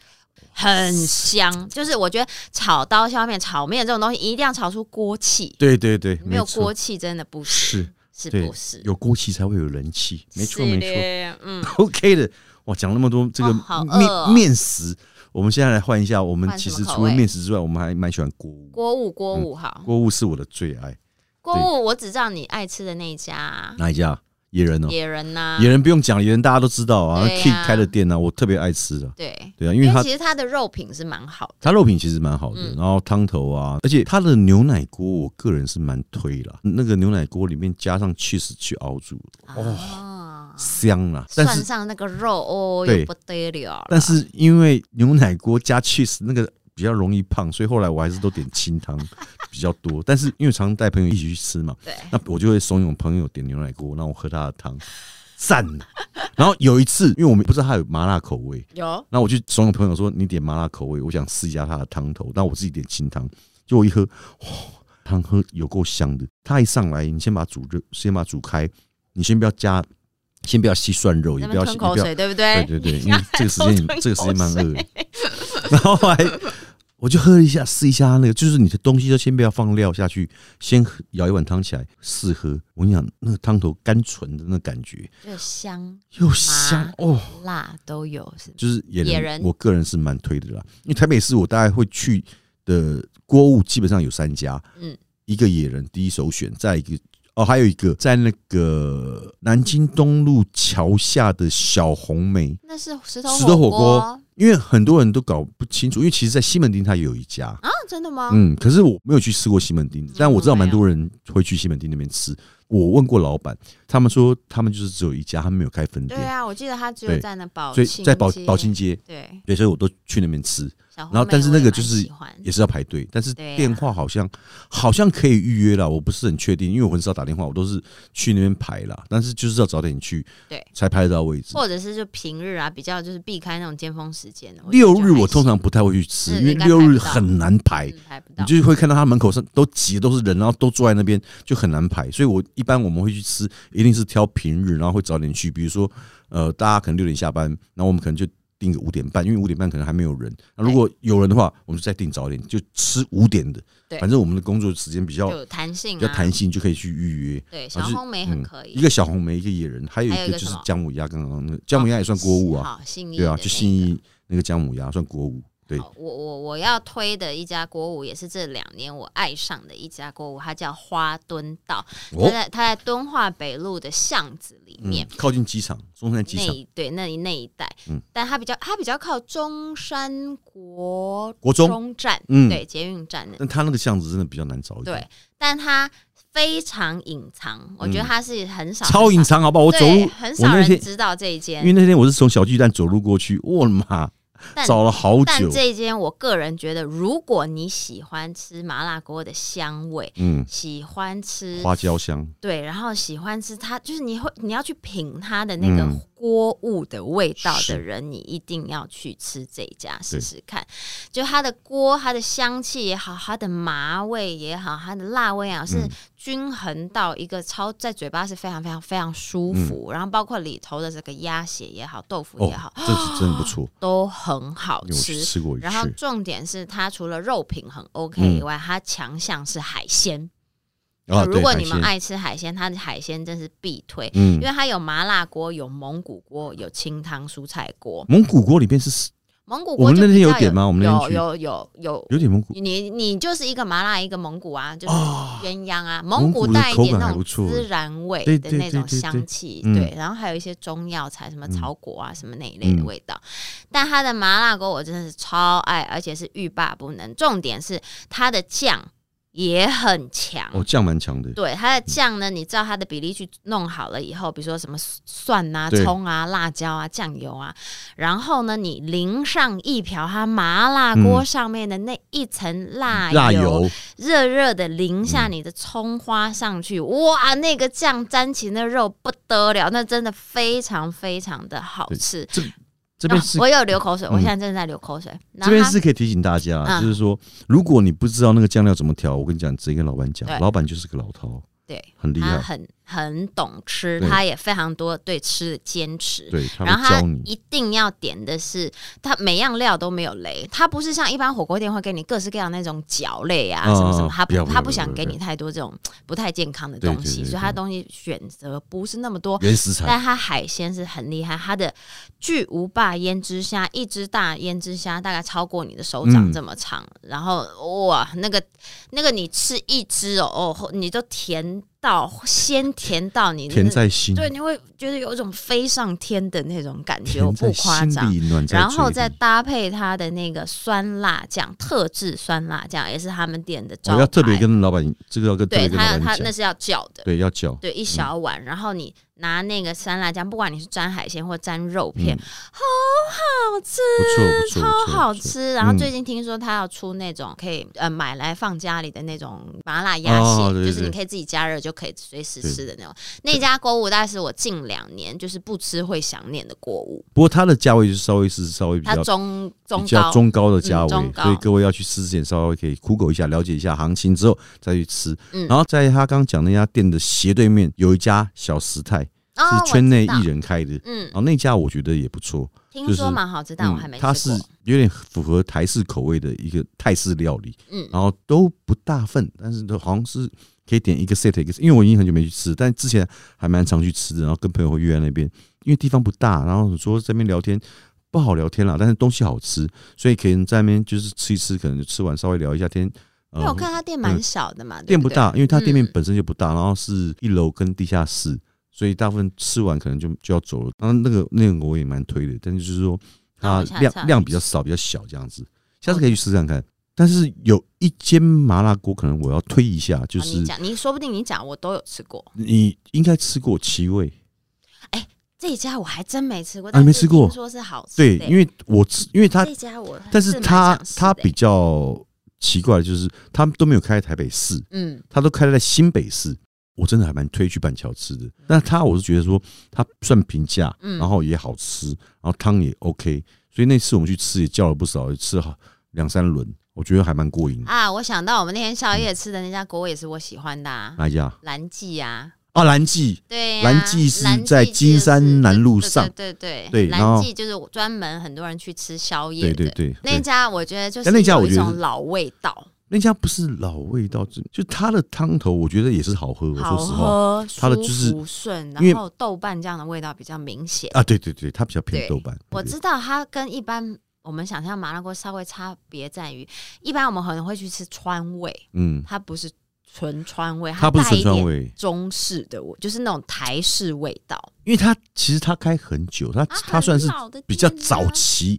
[SPEAKER 1] 很香，就是我觉得炒刀削面、炒面这种东西一定要炒出锅气，
[SPEAKER 2] 对对对，
[SPEAKER 1] 没有
[SPEAKER 2] 错
[SPEAKER 1] 锅气真的不行，
[SPEAKER 2] 是
[SPEAKER 1] 是
[SPEAKER 2] 对
[SPEAKER 1] 不是？
[SPEAKER 2] 有锅气才会有人气，没错
[SPEAKER 1] 是
[SPEAKER 2] 没错。
[SPEAKER 1] 的，嗯，
[SPEAKER 2] [LAUGHS] OK 的。哇，讲那么多这个
[SPEAKER 1] 哦好
[SPEAKER 2] 面、
[SPEAKER 1] 饿哦
[SPEAKER 2] 面食，我们现在来换一下。我们
[SPEAKER 1] 换
[SPEAKER 2] 其
[SPEAKER 1] 什么
[SPEAKER 2] 实
[SPEAKER 1] 口
[SPEAKER 2] 除了
[SPEAKER 1] 味
[SPEAKER 2] 面食之外，我们还蛮喜欢锅物。
[SPEAKER 1] 锅嗯物锅
[SPEAKER 2] 嗯
[SPEAKER 1] 物好，
[SPEAKER 2] 锅物是我的最爱，
[SPEAKER 1] 锅物我只知道你爱吃的那一家啊
[SPEAKER 2] 哪一家？野人哦，
[SPEAKER 1] 野人呐、
[SPEAKER 2] 野人不用讲，野人大家都知道啊。
[SPEAKER 1] 对呀
[SPEAKER 2] Kid 开的店啊，我特别爱吃的。
[SPEAKER 1] 对，
[SPEAKER 2] 对啊，因
[SPEAKER 1] 因
[SPEAKER 2] 为
[SPEAKER 1] 为
[SPEAKER 2] 它
[SPEAKER 1] 其实嗯它的肉品是蛮好的。
[SPEAKER 2] 它肉品其实蛮好的，然后汤头啊，而且它的牛奶锅，我个人是蛮推啦。那个牛奶锅里面加上 cheese 去熬煮，
[SPEAKER 1] 哦，
[SPEAKER 2] 香啦。但
[SPEAKER 1] 算
[SPEAKER 2] 是
[SPEAKER 1] 上那个肉哦，
[SPEAKER 2] 对
[SPEAKER 1] 又不得了了。
[SPEAKER 2] 但是因为牛奶锅加 cheese 那个比较容易胖，所以后来我还是都点清
[SPEAKER 1] [LAUGHS]
[SPEAKER 2] 汤比较多。但是因为常带朋友一起去吃嘛，
[SPEAKER 1] 对，
[SPEAKER 2] 那我就会怂恿朋友点牛奶锅，让我喝他的汤，赞。然后有一次，因为我们不知道他有麻辣口味，
[SPEAKER 1] 有
[SPEAKER 2] 那我就怂恿朋友说：“你点麻辣口味，我想试一下它的汤头。”但我自己点清汤，就我一喝，哇，汤喝有够香的。它一上来，你先把它煮热，先把它煮开，你先不要加，先不要吸涮肉，也
[SPEAKER 1] 在那
[SPEAKER 2] 不要
[SPEAKER 1] 边吞
[SPEAKER 2] 吸，也
[SPEAKER 1] 口
[SPEAKER 2] 不要
[SPEAKER 1] 水，对不
[SPEAKER 2] 对
[SPEAKER 1] 对？
[SPEAKER 2] 对对，
[SPEAKER 1] [LAUGHS]
[SPEAKER 2] 因为这个时间
[SPEAKER 1] 吞
[SPEAKER 2] 这个时间蛮
[SPEAKER 1] 哎口水
[SPEAKER 2] 饿的。 [LAUGHS] 然后后来我就喝了一下，试一下它那个，就是你的东西都先不要放料下去，先喝舀一碗汤起来试喝。我跟你讲，那个汤头甘醇的那感觉
[SPEAKER 1] 就香
[SPEAKER 2] 又香哦，
[SPEAKER 1] 辣都有，是吗
[SPEAKER 2] 就是野人，
[SPEAKER 1] 野人
[SPEAKER 2] 我个人是蛮推的啦。因为台北市我大概会去的锅物基本上有三家，嗯
[SPEAKER 1] 嗯，
[SPEAKER 2] 一个野人第一首选，再一个。哦，还有一个在那个南京东路桥下的小红梅，
[SPEAKER 1] 那是石头
[SPEAKER 2] 石头火
[SPEAKER 1] 火哦
[SPEAKER 2] 锅，因为很多人都搞不清楚，因为其实，在西门町它也有一家，
[SPEAKER 1] 啊，嗯真的吗？
[SPEAKER 2] 嗯，可是我没有去吃过西门町，但我知道
[SPEAKER 1] 没
[SPEAKER 2] 蛮
[SPEAKER 1] 有
[SPEAKER 2] 多人会去西门町那边吃。我问过老板，他们说他们就是只有一家，他们没有开分
[SPEAKER 1] 对
[SPEAKER 2] 店，
[SPEAKER 1] 啊，我记得它只有
[SPEAKER 2] 对
[SPEAKER 1] 在那宝
[SPEAKER 2] 所以
[SPEAKER 1] 庆
[SPEAKER 2] 在宝
[SPEAKER 1] 街
[SPEAKER 2] 宝庆街，
[SPEAKER 1] 对，
[SPEAKER 2] 对，所以我都去那边吃，
[SPEAKER 1] 然
[SPEAKER 2] 然后但是那个就是
[SPEAKER 1] 喜欢
[SPEAKER 2] 也是要排队，但是
[SPEAKER 1] 嗯对啊
[SPEAKER 2] 电话好像、好像可以预约啦，我不是很确定，因为我很少打电话，我都是去那边排啦，但是就是要早点去，
[SPEAKER 1] 对
[SPEAKER 2] 才排得到位置。
[SPEAKER 1] 或者是就平日啊，比较就是避开那种尖峰时间的。
[SPEAKER 2] 六日我通常不太会去吃，
[SPEAKER 1] 嗯
[SPEAKER 2] 因为
[SPEAKER 1] 应该
[SPEAKER 2] 六
[SPEAKER 1] 排
[SPEAKER 2] 日
[SPEAKER 1] 不到
[SPEAKER 2] 很难排，
[SPEAKER 1] 排嗯不到
[SPEAKER 2] 你，就是会看到他门口上都挤的都是人，然后都坐在那边就很难排。所以我一般我们会去吃，一定是挑平日，然后会早点去。比如说，呃，大家可能六点下班，然后我们可能就定个五点半，因为五点半可能还没有人。那如果有人的话，我们就再定早点，就吃五点的。
[SPEAKER 1] 对
[SPEAKER 2] 反正我们的工作时间比较呃
[SPEAKER 1] 就有弹性
[SPEAKER 2] 比
[SPEAKER 1] 啊，
[SPEAKER 2] 较弹性，就可以去预约。
[SPEAKER 1] 对，小
[SPEAKER 2] 然后就
[SPEAKER 1] 红梅很
[SPEAKER 2] 嗯
[SPEAKER 1] 可以。
[SPEAKER 2] 一个小红梅，一个野人，还有
[SPEAKER 1] 还有
[SPEAKER 2] 一
[SPEAKER 1] 一
[SPEAKER 2] 个
[SPEAKER 1] 个
[SPEAKER 2] 就
[SPEAKER 1] 什
[SPEAKER 2] 是
[SPEAKER 1] 么哦
[SPEAKER 2] 姜母鸭。刚刚那个姜母鸭也算锅物啊，
[SPEAKER 1] 好，信义
[SPEAKER 2] 对啊，
[SPEAKER 1] 的
[SPEAKER 2] 就
[SPEAKER 1] 那
[SPEAKER 2] 信
[SPEAKER 1] 个
[SPEAKER 2] 义那个姜母鸭算锅物。对
[SPEAKER 1] 好我我我要推的一家锅物，也是这两年我爱上的一家锅物，它叫花墩道，它
[SPEAKER 2] 哦，
[SPEAKER 1] 在它在敦化北路的巷子里面
[SPEAKER 2] 嗯。，靠近机场，中山机
[SPEAKER 1] 那
[SPEAKER 2] 场。
[SPEAKER 1] 一对那一那一带，
[SPEAKER 2] 嗯
[SPEAKER 1] 但它比较它比较靠中山国
[SPEAKER 2] 国中
[SPEAKER 1] 站，
[SPEAKER 2] 嗯
[SPEAKER 1] 对捷运站的，
[SPEAKER 2] 但他那个巷子真的比较难找一点，
[SPEAKER 1] 对，但它非常隐藏，我觉得它是很少
[SPEAKER 2] 嗯超隐，藏，好不好？我
[SPEAKER 1] 我
[SPEAKER 2] 走路，
[SPEAKER 1] 很
[SPEAKER 2] 我
[SPEAKER 1] 少
[SPEAKER 2] 那天
[SPEAKER 1] 人知道这一间
[SPEAKER 2] 因为，那天我是从小巨蛋走路过去，我的妈，
[SPEAKER 1] 但
[SPEAKER 2] 找了好
[SPEAKER 1] 但
[SPEAKER 2] 久，
[SPEAKER 1] 这一间，我个人觉得，如果你喜欢吃麻辣锅的香味，
[SPEAKER 2] 嗯，
[SPEAKER 1] 喜欢吃
[SPEAKER 2] 花椒香，
[SPEAKER 1] 对，然后喜欢吃它，就是你会你要去品它的那个
[SPEAKER 2] 嗯
[SPEAKER 1] 锅物的味道的
[SPEAKER 2] 是
[SPEAKER 1] 人，你一定要去吃这一家试试看。就它的锅，它的香气也好，它的麻味也好，它的辣味也好，
[SPEAKER 2] 嗯
[SPEAKER 1] 是均衡到一个超在嘴巴是非常非常非常舒服。然后包括里头的这个鸭血也好，豆腐
[SPEAKER 2] 嗯哦
[SPEAKER 1] 也好，，
[SPEAKER 2] 这是真的不错，
[SPEAKER 1] 都很哦好
[SPEAKER 2] 因为我去
[SPEAKER 1] 吃。
[SPEAKER 2] 吃过一
[SPEAKER 1] 然后
[SPEAKER 2] 次
[SPEAKER 1] 重点是，它除了肉品很 OK
[SPEAKER 2] 嗯
[SPEAKER 1] 以外，它强项是海鲜。
[SPEAKER 2] 啊。
[SPEAKER 1] 如
[SPEAKER 2] 对
[SPEAKER 1] 果
[SPEAKER 2] 海
[SPEAKER 1] 你们
[SPEAKER 2] 鲜
[SPEAKER 1] 爱吃海鲜，它的海鲜真是必推，
[SPEAKER 2] 嗯
[SPEAKER 1] 因为它有麻辣锅、有蒙古锅、有清汤蔬菜锅。
[SPEAKER 2] 蒙古锅里面是
[SPEAKER 1] 蒙古
[SPEAKER 2] 我
[SPEAKER 1] 锅
[SPEAKER 2] 们
[SPEAKER 1] 就
[SPEAKER 2] 那
[SPEAKER 1] 比
[SPEAKER 2] 天有
[SPEAKER 1] 较
[SPEAKER 2] 点吗我们那天
[SPEAKER 1] 有
[SPEAKER 2] 去
[SPEAKER 1] 有有有
[SPEAKER 2] 有点蒙古
[SPEAKER 1] 你你就是一个麻辣一个蒙古啊，就是
[SPEAKER 2] 啊
[SPEAKER 1] 鸳鸯啊，
[SPEAKER 2] 蒙
[SPEAKER 1] 蒙
[SPEAKER 2] 古
[SPEAKER 1] 古
[SPEAKER 2] 的
[SPEAKER 1] 带一
[SPEAKER 2] 口
[SPEAKER 1] 点
[SPEAKER 2] 感
[SPEAKER 1] 那
[SPEAKER 2] 还
[SPEAKER 1] 种
[SPEAKER 2] 不错欸
[SPEAKER 1] 孜然味
[SPEAKER 2] 对
[SPEAKER 1] 的
[SPEAKER 2] 对
[SPEAKER 1] 那
[SPEAKER 2] 对
[SPEAKER 1] 种
[SPEAKER 2] 对对
[SPEAKER 1] 香气，
[SPEAKER 2] 嗯
[SPEAKER 1] 对，然后还有一些中药材，什么草果啊，什么那一类
[SPEAKER 2] 嗯
[SPEAKER 1] 的味道。但它的麻辣锅我真的是超爱，而且是欲罢不能。重点是它的酱也很强。
[SPEAKER 2] 哦，酱蛮强的，
[SPEAKER 1] 对它的酱呢，你知道它的比例去弄好了以后，比如说什么蒜啊、
[SPEAKER 2] 对
[SPEAKER 1] 葱啊、辣椒啊、酱油啊，然后呢，你淋上一瓢它麻辣锅
[SPEAKER 2] 嗯
[SPEAKER 1] 上面的那一层辣油，
[SPEAKER 2] 辣油嗯
[SPEAKER 1] 热热的淋下你的葱花上去，哇，那个酱沾起那肉不得了，那真的非常非常的好吃。
[SPEAKER 2] 这这边
[SPEAKER 1] 啊
[SPEAKER 2] 是
[SPEAKER 1] 我有流口水，
[SPEAKER 2] 嗯
[SPEAKER 1] 我现在正在流口水。然
[SPEAKER 2] 这
[SPEAKER 1] 后
[SPEAKER 2] 边
[SPEAKER 1] 它
[SPEAKER 2] 是可以提醒大家啊，
[SPEAKER 1] 嗯
[SPEAKER 2] 就是说，如果你不知道那个酱料怎么调，我跟你讲，直接跟老板讲，
[SPEAKER 1] 对
[SPEAKER 2] 老板就是个老饕，
[SPEAKER 1] 对，
[SPEAKER 2] 很厉
[SPEAKER 1] 他
[SPEAKER 2] 害，
[SPEAKER 1] 很很懂吃，
[SPEAKER 2] 对
[SPEAKER 1] 他也非常多对吃的坚持。
[SPEAKER 2] 对，他
[SPEAKER 1] 然后
[SPEAKER 2] 会
[SPEAKER 1] 它
[SPEAKER 2] 教你，
[SPEAKER 1] 一定要点的是，它每样料都没有雷，它不是像一般火锅店会给你各式各样那种饺类啊、
[SPEAKER 2] 嗯
[SPEAKER 1] 什么什么，它
[SPEAKER 2] 不要
[SPEAKER 1] 不
[SPEAKER 2] 不要
[SPEAKER 1] 它
[SPEAKER 2] 不
[SPEAKER 1] 不
[SPEAKER 2] 要
[SPEAKER 1] 想
[SPEAKER 2] 不
[SPEAKER 1] 给
[SPEAKER 2] 要
[SPEAKER 1] 你太多这种不太健康的
[SPEAKER 2] 对
[SPEAKER 1] 东
[SPEAKER 2] 对
[SPEAKER 1] 西，
[SPEAKER 2] 对
[SPEAKER 1] 所以它东西选择不是那么多。
[SPEAKER 2] 原食材
[SPEAKER 1] 但它海鲜是很厉害，它的巨无霸胭脂虾，一只大胭脂虾大概超过你的手掌
[SPEAKER 2] 嗯
[SPEAKER 1] 这么长，然后哇，那个那个你吃一只哦，哦，你都甜到鲜甜到你
[SPEAKER 2] 甜
[SPEAKER 1] 那
[SPEAKER 2] 在心，
[SPEAKER 1] 对，你会觉得有一种飞上天的那种感觉，我
[SPEAKER 2] 甜
[SPEAKER 1] 不
[SPEAKER 2] 在
[SPEAKER 1] 夸
[SPEAKER 2] 心
[SPEAKER 1] 张。
[SPEAKER 2] 里，暖在
[SPEAKER 1] 然后
[SPEAKER 2] 嘴
[SPEAKER 1] 再
[SPEAKER 2] 里
[SPEAKER 1] 搭配它的那个酸辣酱，特制酸辣酱也是他们店的招
[SPEAKER 2] 我
[SPEAKER 1] 牌。
[SPEAKER 2] 哦要特别跟老板，这个要跟特
[SPEAKER 1] 对
[SPEAKER 2] 别跟
[SPEAKER 1] 他
[SPEAKER 2] 老
[SPEAKER 1] 他
[SPEAKER 2] 板
[SPEAKER 1] 那
[SPEAKER 2] 讲，
[SPEAKER 1] 是要叫的，
[SPEAKER 2] 对，要嗯教，
[SPEAKER 1] 对一小碗，然后你拿那个酸辣酱，不管你是沾海鲜或沾肉片，
[SPEAKER 2] 嗯
[SPEAKER 1] 好好吃，
[SPEAKER 2] 不错不
[SPEAKER 1] 哎嗯
[SPEAKER 2] 错，
[SPEAKER 1] 超
[SPEAKER 2] 不错
[SPEAKER 1] 好
[SPEAKER 2] 不错
[SPEAKER 1] 吃。然后
[SPEAKER 2] 嗯
[SPEAKER 1] 最近听说他要出那种可以呃买来放家里的那种麻辣鸭血，
[SPEAKER 2] 哦
[SPEAKER 1] 就
[SPEAKER 2] 对对
[SPEAKER 1] 是
[SPEAKER 2] 对
[SPEAKER 1] 你可以自己加热就可以随时
[SPEAKER 2] 对
[SPEAKER 1] 吃的那种。那家锅物大概是我近两年就是不吃会想念的锅物，
[SPEAKER 2] 不过它的价位就是稍微是稍微比
[SPEAKER 1] 它
[SPEAKER 2] 较
[SPEAKER 1] 中中
[SPEAKER 2] 比较
[SPEAKER 1] 高。
[SPEAKER 2] 中高的价
[SPEAKER 1] 嗯
[SPEAKER 2] 位，
[SPEAKER 1] 中高
[SPEAKER 2] 所以各位要去吃之前稍微可以酷狗一下，了解一下行情之后再去吃。
[SPEAKER 1] 嗯
[SPEAKER 2] 然后在他刚讲那家店的斜对面有一家小时态，
[SPEAKER 1] 哦
[SPEAKER 2] 是圈内
[SPEAKER 1] 我
[SPEAKER 2] 艺
[SPEAKER 1] 知道
[SPEAKER 2] 人开的，
[SPEAKER 1] 嗯
[SPEAKER 2] 然，后那家我觉得也不错，
[SPEAKER 1] 听
[SPEAKER 2] 就
[SPEAKER 1] 说
[SPEAKER 2] 是嗯
[SPEAKER 1] 蛮好吃，但我还没
[SPEAKER 2] 它
[SPEAKER 1] 吃
[SPEAKER 2] 是
[SPEAKER 1] 过。
[SPEAKER 2] 有点符合台式口味的一个泰式料理，
[SPEAKER 1] 嗯
[SPEAKER 2] 然后都不大份，但是都好像是可以点一个 set 一个，因为我已经很久没去吃，但之前还蛮常去吃的，然后跟朋友会约在那边，因为地方不大，然后你说这边聊天不好聊天啦，但是东西好吃，所以可以在那边就是吃一吃，可能就吃完稍微聊一下天，
[SPEAKER 1] 因
[SPEAKER 2] 呃
[SPEAKER 1] 为我，看他店蛮小的嘛，对
[SPEAKER 2] 店
[SPEAKER 1] 不
[SPEAKER 2] 不
[SPEAKER 1] 对，
[SPEAKER 2] 大，因为它店面
[SPEAKER 1] 嗯
[SPEAKER 2] 本身就不大，然后是一楼跟地下室，所以大部分吃完可能就就要走了。当然那个那个我也蛮推的，但是就是说
[SPEAKER 1] 那
[SPEAKER 2] 它
[SPEAKER 1] 我下次
[SPEAKER 2] 量
[SPEAKER 1] 要
[SPEAKER 2] 量
[SPEAKER 1] 去
[SPEAKER 2] 比较少，比较小这样子，下次
[SPEAKER 1] OK
[SPEAKER 2] 可以去试试看看。但是有一间麻辣锅，可能我要推一下，就
[SPEAKER 1] 哦你
[SPEAKER 2] 是
[SPEAKER 1] 讲，你说不定你讲我都有吃过。
[SPEAKER 2] 你应该吃过奇味，
[SPEAKER 1] 这一家我还真没吃过，
[SPEAKER 2] 啊你没
[SPEAKER 1] 但是
[SPEAKER 2] 吃过
[SPEAKER 1] 听说是好吃
[SPEAKER 2] 对
[SPEAKER 1] 的。，欸
[SPEAKER 2] 因为我吃，因为它
[SPEAKER 1] 这家我，
[SPEAKER 2] 但是它它
[SPEAKER 1] 他
[SPEAKER 2] 比较奇怪，的就是他们都没有开在台北市，
[SPEAKER 1] 嗯
[SPEAKER 2] 它都开在新北市，我真的还蛮推去板桥吃的。那它我是觉得说它算平价，
[SPEAKER 1] 嗯
[SPEAKER 2] 然后也好吃，然后汤也 OK，所以那次我们去吃也叫了不少，也吃了好两三轮，我觉得还蛮过瘾。
[SPEAKER 1] 啊，我想到我们那天宵夜吃的那家锅也是我喜欢的、啊，
[SPEAKER 2] 哪一家
[SPEAKER 1] 蓝记啊，
[SPEAKER 2] 啊？蓝记
[SPEAKER 1] 对呀、
[SPEAKER 2] 蓝记是在
[SPEAKER 1] 就是
[SPEAKER 2] 金山南路上
[SPEAKER 1] 对对对
[SPEAKER 2] 对然后
[SPEAKER 1] 蓝记就是专门很多人去吃宵夜
[SPEAKER 2] 对
[SPEAKER 1] 的。
[SPEAKER 2] 对对，
[SPEAKER 1] 那
[SPEAKER 2] 对
[SPEAKER 1] 家我觉得就是
[SPEAKER 2] 但那家
[SPEAKER 1] 有
[SPEAKER 2] 我
[SPEAKER 1] 一
[SPEAKER 2] 觉得
[SPEAKER 1] 种
[SPEAKER 2] 是
[SPEAKER 1] 老味道，
[SPEAKER 2] 那家不是老味道，就就它的汤头我觉得也是好喝。我
[SPEAKER 1] 好
[SPEAKER 2] 说实话
[SPEAKER 1] 喝，
[SPEAKER 2] 它的就是
[SPEAKER 1] 舒服顺，
[SPEAKER 2] 因为
[SPEAKER 1] 然后豆瓣酱的味道比较明显。
[SPEAKER 2] 啊，对对对，它比较偏
[SPEAKER 1] 对
[SPEAKER 2] 豆瓣。
[SPEAKER 1] 我
[SPEAKER 2] 对
[SPEAKER 1] 知道它跟一般我们想象麻辣锅稍微差别在于，一般我们可能会去吃川味，
[SPEAKER 2] 嗯，
[SPEAKER 1] 它不是纯川味，
[SPEAKER 2] 它不是
[SPEAKER 1] 带
[SPEAKER 2] 纯
[SPEAKER 1] 一
[SPEAKER 2] 川
[SPEAKER 1] 点
[SPEAKER 2] 味，
[SPEAKER 1] 中式的味，就是那种台式味道。
[SPEAKER 2] 因为它其实它开很久，它
[SPEAKER 1] 啊
[SPEAKER 2] 它算是
[SPEAKER 1] 很老的
[SPEAKER 2] 比较
[SPEAKER 1] 店啊
[SPEAKER 2] 早期，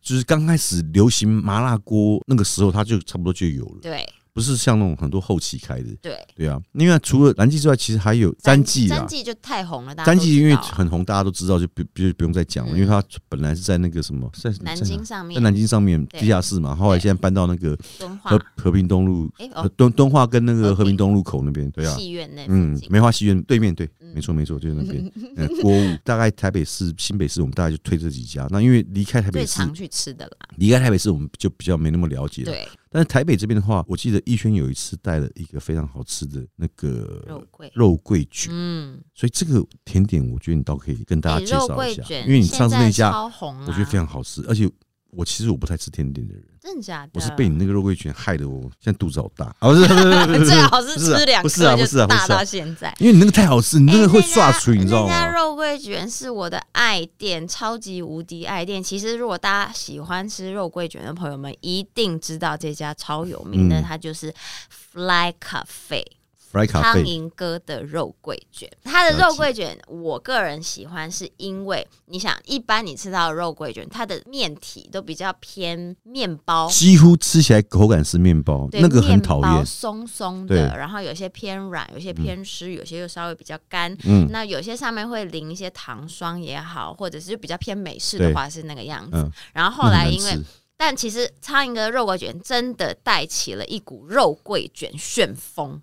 [SPEAKER 2] 就是刚开始流行麻辣锅那个时候，它就差不多就有了。
[SPEAKER 1] 对，
[SPEAKER 2] 不是像那种很多后期开的，
[SPEAKER 1] 对，
[SPEAKER 2] 对啊。因为除了蓝记之外，其实还有詹记啦
[SPEAKER 1] 三，季就太红了，大家
[SPEAKER 2] 詹
[SPEAKER 1] 都
[SPEAKER 2] 记
[SPEAKER 1] 知
[SPEAKER 2] 因为
[SPEAKER 1] 道啊
[SPEAKER 2] 很红，大家都知道，就不就不用再讲了，
[SPEAKER 1] 嗯
[SPEAKER 2] 因为他本来是在那个什么，在
[SPEAKER 1] 南
[SPEAKER 2] 在哪
[SPEAKER 1] 京上
[SPEAKER 2] 啊在
[SPEAKER 1] 面
[SPEAKER 2] 南京上面
[SPEAKER 1] 对
[SPEAKER 2] 地下室嘛，后来
[SPEAKER 1] 对
[SPEAKER 2] 现在搬到那个
[SPEAKER 1] 敦化
[SPEAKER 2] 和和平东路、
[SPEAKER 1] 哎
[SPEAKER 2] 和
[SPEAKER 1] 哦
[SPEAKER 2] 敦敦化跟那个
[SPEAKER 1] 和平
[SPEAKER 2] 和平东路口那边，对啊，
[SPEAKER 1] 戏院那附
[SPEAKER 2] 嗯，
[SPEAKER 1] 近，
[SPEAKER 2] 梅花戏院对面对，
[SPEAKER 1] 嗯
[SPEAKER 2] 没错没错，就是那
[SPEAKER 1] [LAUGHS]
[SPEAKER 2] 边。嗯，国五大概台北市、新北市，我们大概就推这几家。那因为离开台北
[SPEAKER 1] 最
[SPEAKER 2] 市，
[SPEAKER 1] 常去吃的啦，
[SPEAKER 2] 离开台北市我们就比较没那么了解了。
[SPEAKER 1] 对，
[SPEAKER 2] 但是台北这边的话，我记得逸轩有一次带了一个非常好吃的那个
[SPEAKER 1] 肉桂，
[SPEAKER 2] 肉桂卷，
[SPEAKER 1] 嗯，
[SPEAKER 2] 所以这个甜点我觉得你倒可以跟大家
[SPEAKER 1] 哎
[SPEAKER 2] 介
[SPEAKER 1] 肉
[SPEAKER 2] 绍
[SPEAKER 1] 桂
[SPEAKER 2] 一下，
[SPEAKER 1] 卷，
[SPEAKER 2] 因为你上次那
[SPEAKER 1] 现在
[SPEAKER 2] 家
[SPEAKER 1] 超红啊，
[SPEAKER 2] 我觉得非常好吃，而且我其实我不太吃甜点的人，
[SPEAKER 1] 真的假的，
[SPEAKER 2] 我是被你那个肉桂卷害得我现在肚子好大啊！不是不是不是不是不
[SPEAKER 1] [LAUGHS]
[SPEAKER 2] 是
[SPEAKER 1] 最好是
[SPEAKER 2] [LAUGHS] 不是啊
[SPEAKER 1] 吃两
[SPEAKER 2] 不是啊
[SPEAKER 1] 颗
[SPEAKER 2] 不是啊
[SPEAKER 1] 就
[SPEAKER 2] 不是
[SPEAKER 1] 大
[SPEAKER 2] 啊
[SPEAKER 1] 到现在。
[SPEAKER 2] 因为你那个太好吃，你那
[SPEAKER 1] 哎
[SPEAKER 2] 个会
[SPEAKER 1] 家
[SPEAKER 2] 刷嘴，你知道
[SPEAKER 1] 那家
[SPEAKER 2] 吗？
[SPEAKER 1] 肉桂卷是我的爱店，超级无敌爱店。其实如果大家喜欢吃肉桂卷的朋友们，一定知道这家超有名的，
[SPEAKER 2] 嗯
[SPEAKER 1] 它就是 Fly Cafe。
[SPEAKER 2] Fry 咖
[SPEAKER 1] 苍
[SPEAKER 2] 啡，
[SPEAKER 1] 蝇哥的肉桂卷，它的
[SPEAKER 2] 了
[SPEAKER 1] 肉
[SPEAKER 2] 解
[SPEAKER 1] 桂卷，我个人喜欢，是因为你想，一般你吃到的肉桂卷，它的面体都比较偏面包，
[SPEAKER 2] 几乎吃起来口感是面包，
[SPEAKER 1] 对
[SPEAKER 2] 那个很讨
[SPEAKER 1] 面包
[SPEAKER 2] 厌。
[SPEAKER 1] 松松
[SPEAKER 2] 对
[SPEAKER 1] 的，然后有些偏软，有些偏湿，有些又稍微比较干。
[SPEAKER 2] 嗯
[SPEAKER 1] 那有些上面会淋一些糖霜也好，或者是就比较偏美式的
[SPEAKER 2] 对
[SPEAKER 1] 话是那个样子。
[SPEAKER 2] 嗯，
[SPEAKER 1] 然后后来
[SPEAKER 2] 那很难
[SPEAKER 1] 因为
[SPEAKER 2] 吃，
[SPEAKER 1] 但其实苍蝇哥的肉桂卷真的带起了一股肉桂卷旋风，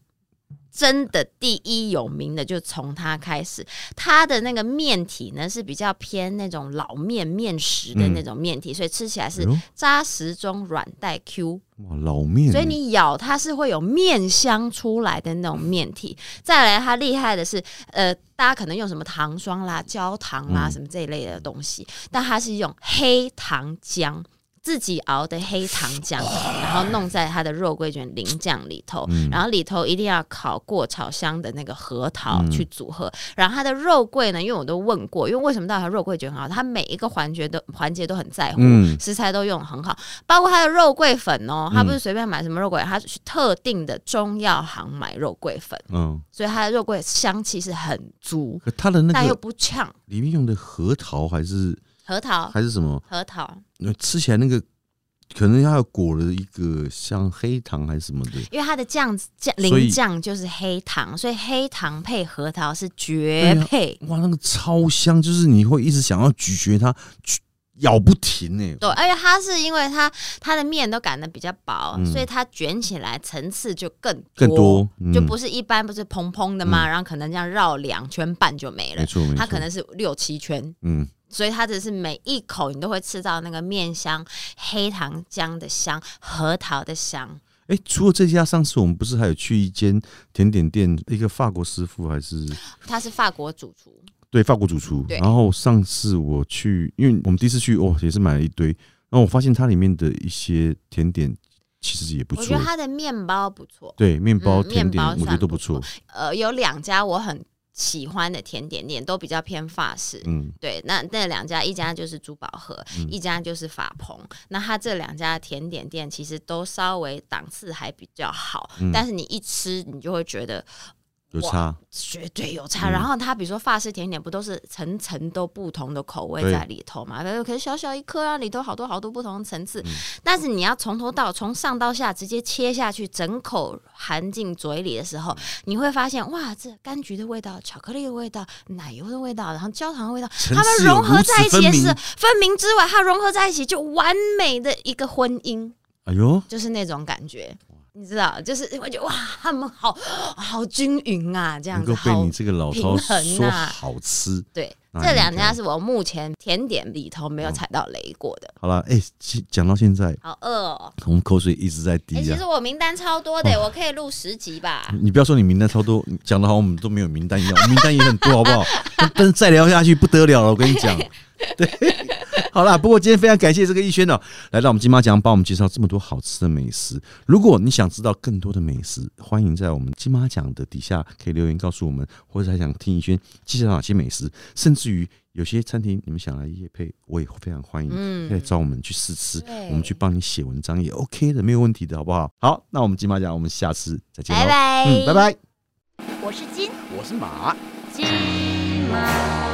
[SPEAKER 1] 真的第一有名的就从它开始。它的那个面体呢是比较偏那种老面面食的那种面体，所以吃起来
[SPEAKER 2] 嗯哎
[SPEAKER 1] 是
[SPEAKER 2] 呦
[SPEAKER 1] 扎实中软带 Q，
[SPEAKER 2] 哇，老面欸，
[SPEAKER 1] 所以你咬它是会有面香出来的那种面体。再来，它厉害的是，呃，大家可能用什么糖霜啦、焦糖啦
[SPEAKER 2] 嗯
[SPEAKER 1] 什么这一类的东西，但它是用黑糖浆。自己熬的黑糖浆，然后弄在它的肉桂卷淋酱里头，
[SPEAKER 2] 嗯
[SPEAKER 1] 然后里头一定要烤过炒香的那个核桃
[SPEAKER 2] 嗯
[SPEAKER 1] 去组合。然后它的肉桂呢，因为我都问过，因为为什么到它肉桂卷很好，它每一个环节都环节都很在乎，
[SPEAKER 2] 嗯
[SPEAKER 1] 食材都用得很好，包括它的肉桂粉哦，它
[SPEAKER 2] 嗯
[SPEAKER 1] 不是随便买什么肉桂，它去特定的中药行买肉桂粉，
[SPEAKER 2] 嗯，
[SPEAKER 1] 所以它的肉桂香气是很足，
[SPEAKER 2] 可它的那
[SPEAKER 1] 但又
[SPEAKER 2] 个
[SPEAKER 1] 不呛。
[SPEAKER 2] 里面用的核桃还是
[SPEAKER 1] 核桃，
[SPEAKER 2] 还是什么，
[SPEAKER 1] 核桃，
[SPEAKER 2] 那吃起来那个可能要裹了一个像黑糖还是什么的，
[SPEAKER 1] 因为它的酱酱
[SPEAKER 2] 所以
[SPEAKER 1] 淋酱就是黑糖，所以黑糖配核桃是绝配。
[SPEAKER 2] 哇，那个超香，就是你会一直想要咀嚼它，咀咬不停哎。
[SPEAKER 1] 对，而且它是因为它它的面都擀的比较薄，
[SPEAKER 2] 嗯
[SPEAKER 1] 所以它卷起来层次就更
[SPEAKER 2] 更多嗯
[SPEAKER 1] 就不是一般不是蓬蓬的嘛，然后可能这样绕两圈半就没了
[SPEAKER 2] 没，错没错，
[SPEAKER 1] 它可能是六七圈，
[SPEAKER 2] 嗯，
[SPEAKER 1] 所以它只是每一口你都会吃到那个面香、黑糖姜的香、核桃的香。
[SPEAKER 2] 哎、除了这家，上次我们不是还有去一间甜点店，一个法国师傅还是
[SPEAKER 1] 它是法国主厨，
[SPEAKER 2] 对法国主厨。
[SPEAKER 1] 对
[SPEAKER 2] 然后上次我去，因为我们第一次去，哦，也是买了一堆。然后我发现它里面的一些甜点其实也不
[SPEAKER 1] 我
[SPEAKER 2] 错
[SPEAKER 1] 觉得，它的面包不错。
[SPEAKER 2] 对面包、
[SPEAKER 1] 嗯
[SPEAKER 2] 甜点
[SPEAKER 1] 面包
[SPEAKER 2] 我觉得都不
[SPEAKER 1] 算
[SPEAKER 2] 错
[SPEAKER 1] 不。呃，有两家我很喜欢的甜点店，都比较偏法式。
[SPEAKER 2] 嗯，
[SPEAKER 1] 对，那那两家，一家就是珠宝盒，
[SPEAKER 2] 嗯
[SPEAKER 1] 一家就是法鹏。那它这两家甜点店其实都稍微档次还比较好，
[SPEAKER 2] 嗯
[SPEAKER 1] 但是你一吃，你就会觉得
[SPEAKER 2] 有差。
[SPEAKER 1] 绝对有差。
[SPEAKER 2] 嗯
[SPEAKER 1] 然后它比如说法式甜点，不都是层层都不同的口味
[SPEAKER 2] 对
[SPEAKER 1] 在里头嘛？可是小小一颗啊，里头好多好多不同的层
[SPEAKER 2] 嗯
[SPEAKER 1] 次。但是你要从头到从上到下直接切下去，整口含进嘴里的时
[SPEAKER 2] 嗯
[SPEAKER 1] 候，你会发现哇，这柑橘的味道、巧克力的味道、奶油的味道，然后焦糖的味道，
[SPEAKER 2] 层
[SPEAKER 1] 它们
[SPEAKER 2] 次有
[SPEAKER 1] 融合
[SPEAKER 2] 如此
[SPEAKER 1] 在一起
[SPEAKER 2] 分
[SPEAKER 1] 也
[SPEAKER 2] 明
[SPEAKER 1] 是分明之外，它融合在一起就完美的一个婚姻。
[SPEAKER 2] 哎呦，
[SPEAKER 1] 就是那种感觉，你知道，就是我觉得哇，他们好好均匀啊，这样
[SPEAKER 2] 能
[SPEAKER 1] 子
[SPEAKER 2] 够被
[SPEAKER 1] 好
[SPEAKER 2] 你。这个老
[SPEAKER 1] 平
[SPEAKER 2] 饕
[SPEAKER 1] 衡
[SPEAKER 2] 说
[SPEAKER 1] 啊
[SPEAKER 2] 好吃。
[SPEAKER 1] 对，
[SPEAKER 2] 那
[SPEAKER 1] 这
[SPEAKER 2] 应
[SPEAKER 1] 两
[SPEAKER 2] 该
[SPEAKER 1] 家是我目前甜点里头没有
[SPEAKER 2] 嗯
[SPEAKER 1] 踩到雷过的。
[SPEAKER 2] 好了，哎、其讲到现在，
[SPEAKER 1] 好饿哦！
[SPEAKER 2] 我们口水一直在滴
[SPEAKER 1] 哎、
[SPEAKER 2] 啊。哦嗯
[SPEAKER 1] 其实我名单超多的，我可以录十集吧。
[SPEAKER 2] 你不要说你名单超多，你讲的好像我们都没有名单一样，我们名单也很多，好不
[SPEAKER 1] [LAUGHS]
[SPEAKER 2] 好？但但是再聊下去不得了了，我跟你讲。对，好啦，不过今天非常感谢这个逸轩哦，来到我们金马奖帮我们介绍这么多好吃的美食。如果你想知道更多的美食，欢迎在我们金马奖的底下可以留言告诉我们，或者还想听逸轩介绍哪些美食，甚至于有些餐厅你们想来夜配，我也非常欢迎，
[SPEAKER 1] 嗯
[SPEAKER 2] 可以找我们去试吃，
[SPEAKER 1] 对
[SPEAKER 2] 我们去帮你写文章也 OK 的，没有问题的，好不好？好，那我们金马奖，我们下次再见喽，
[SPEAKER 1] 拜拜
[SPEAKER 2] 嗯，拜拜。
[SPEAKER 3] 我是金
[SPEAKER 2] 我是马。
[SPEAKER 3] 金马。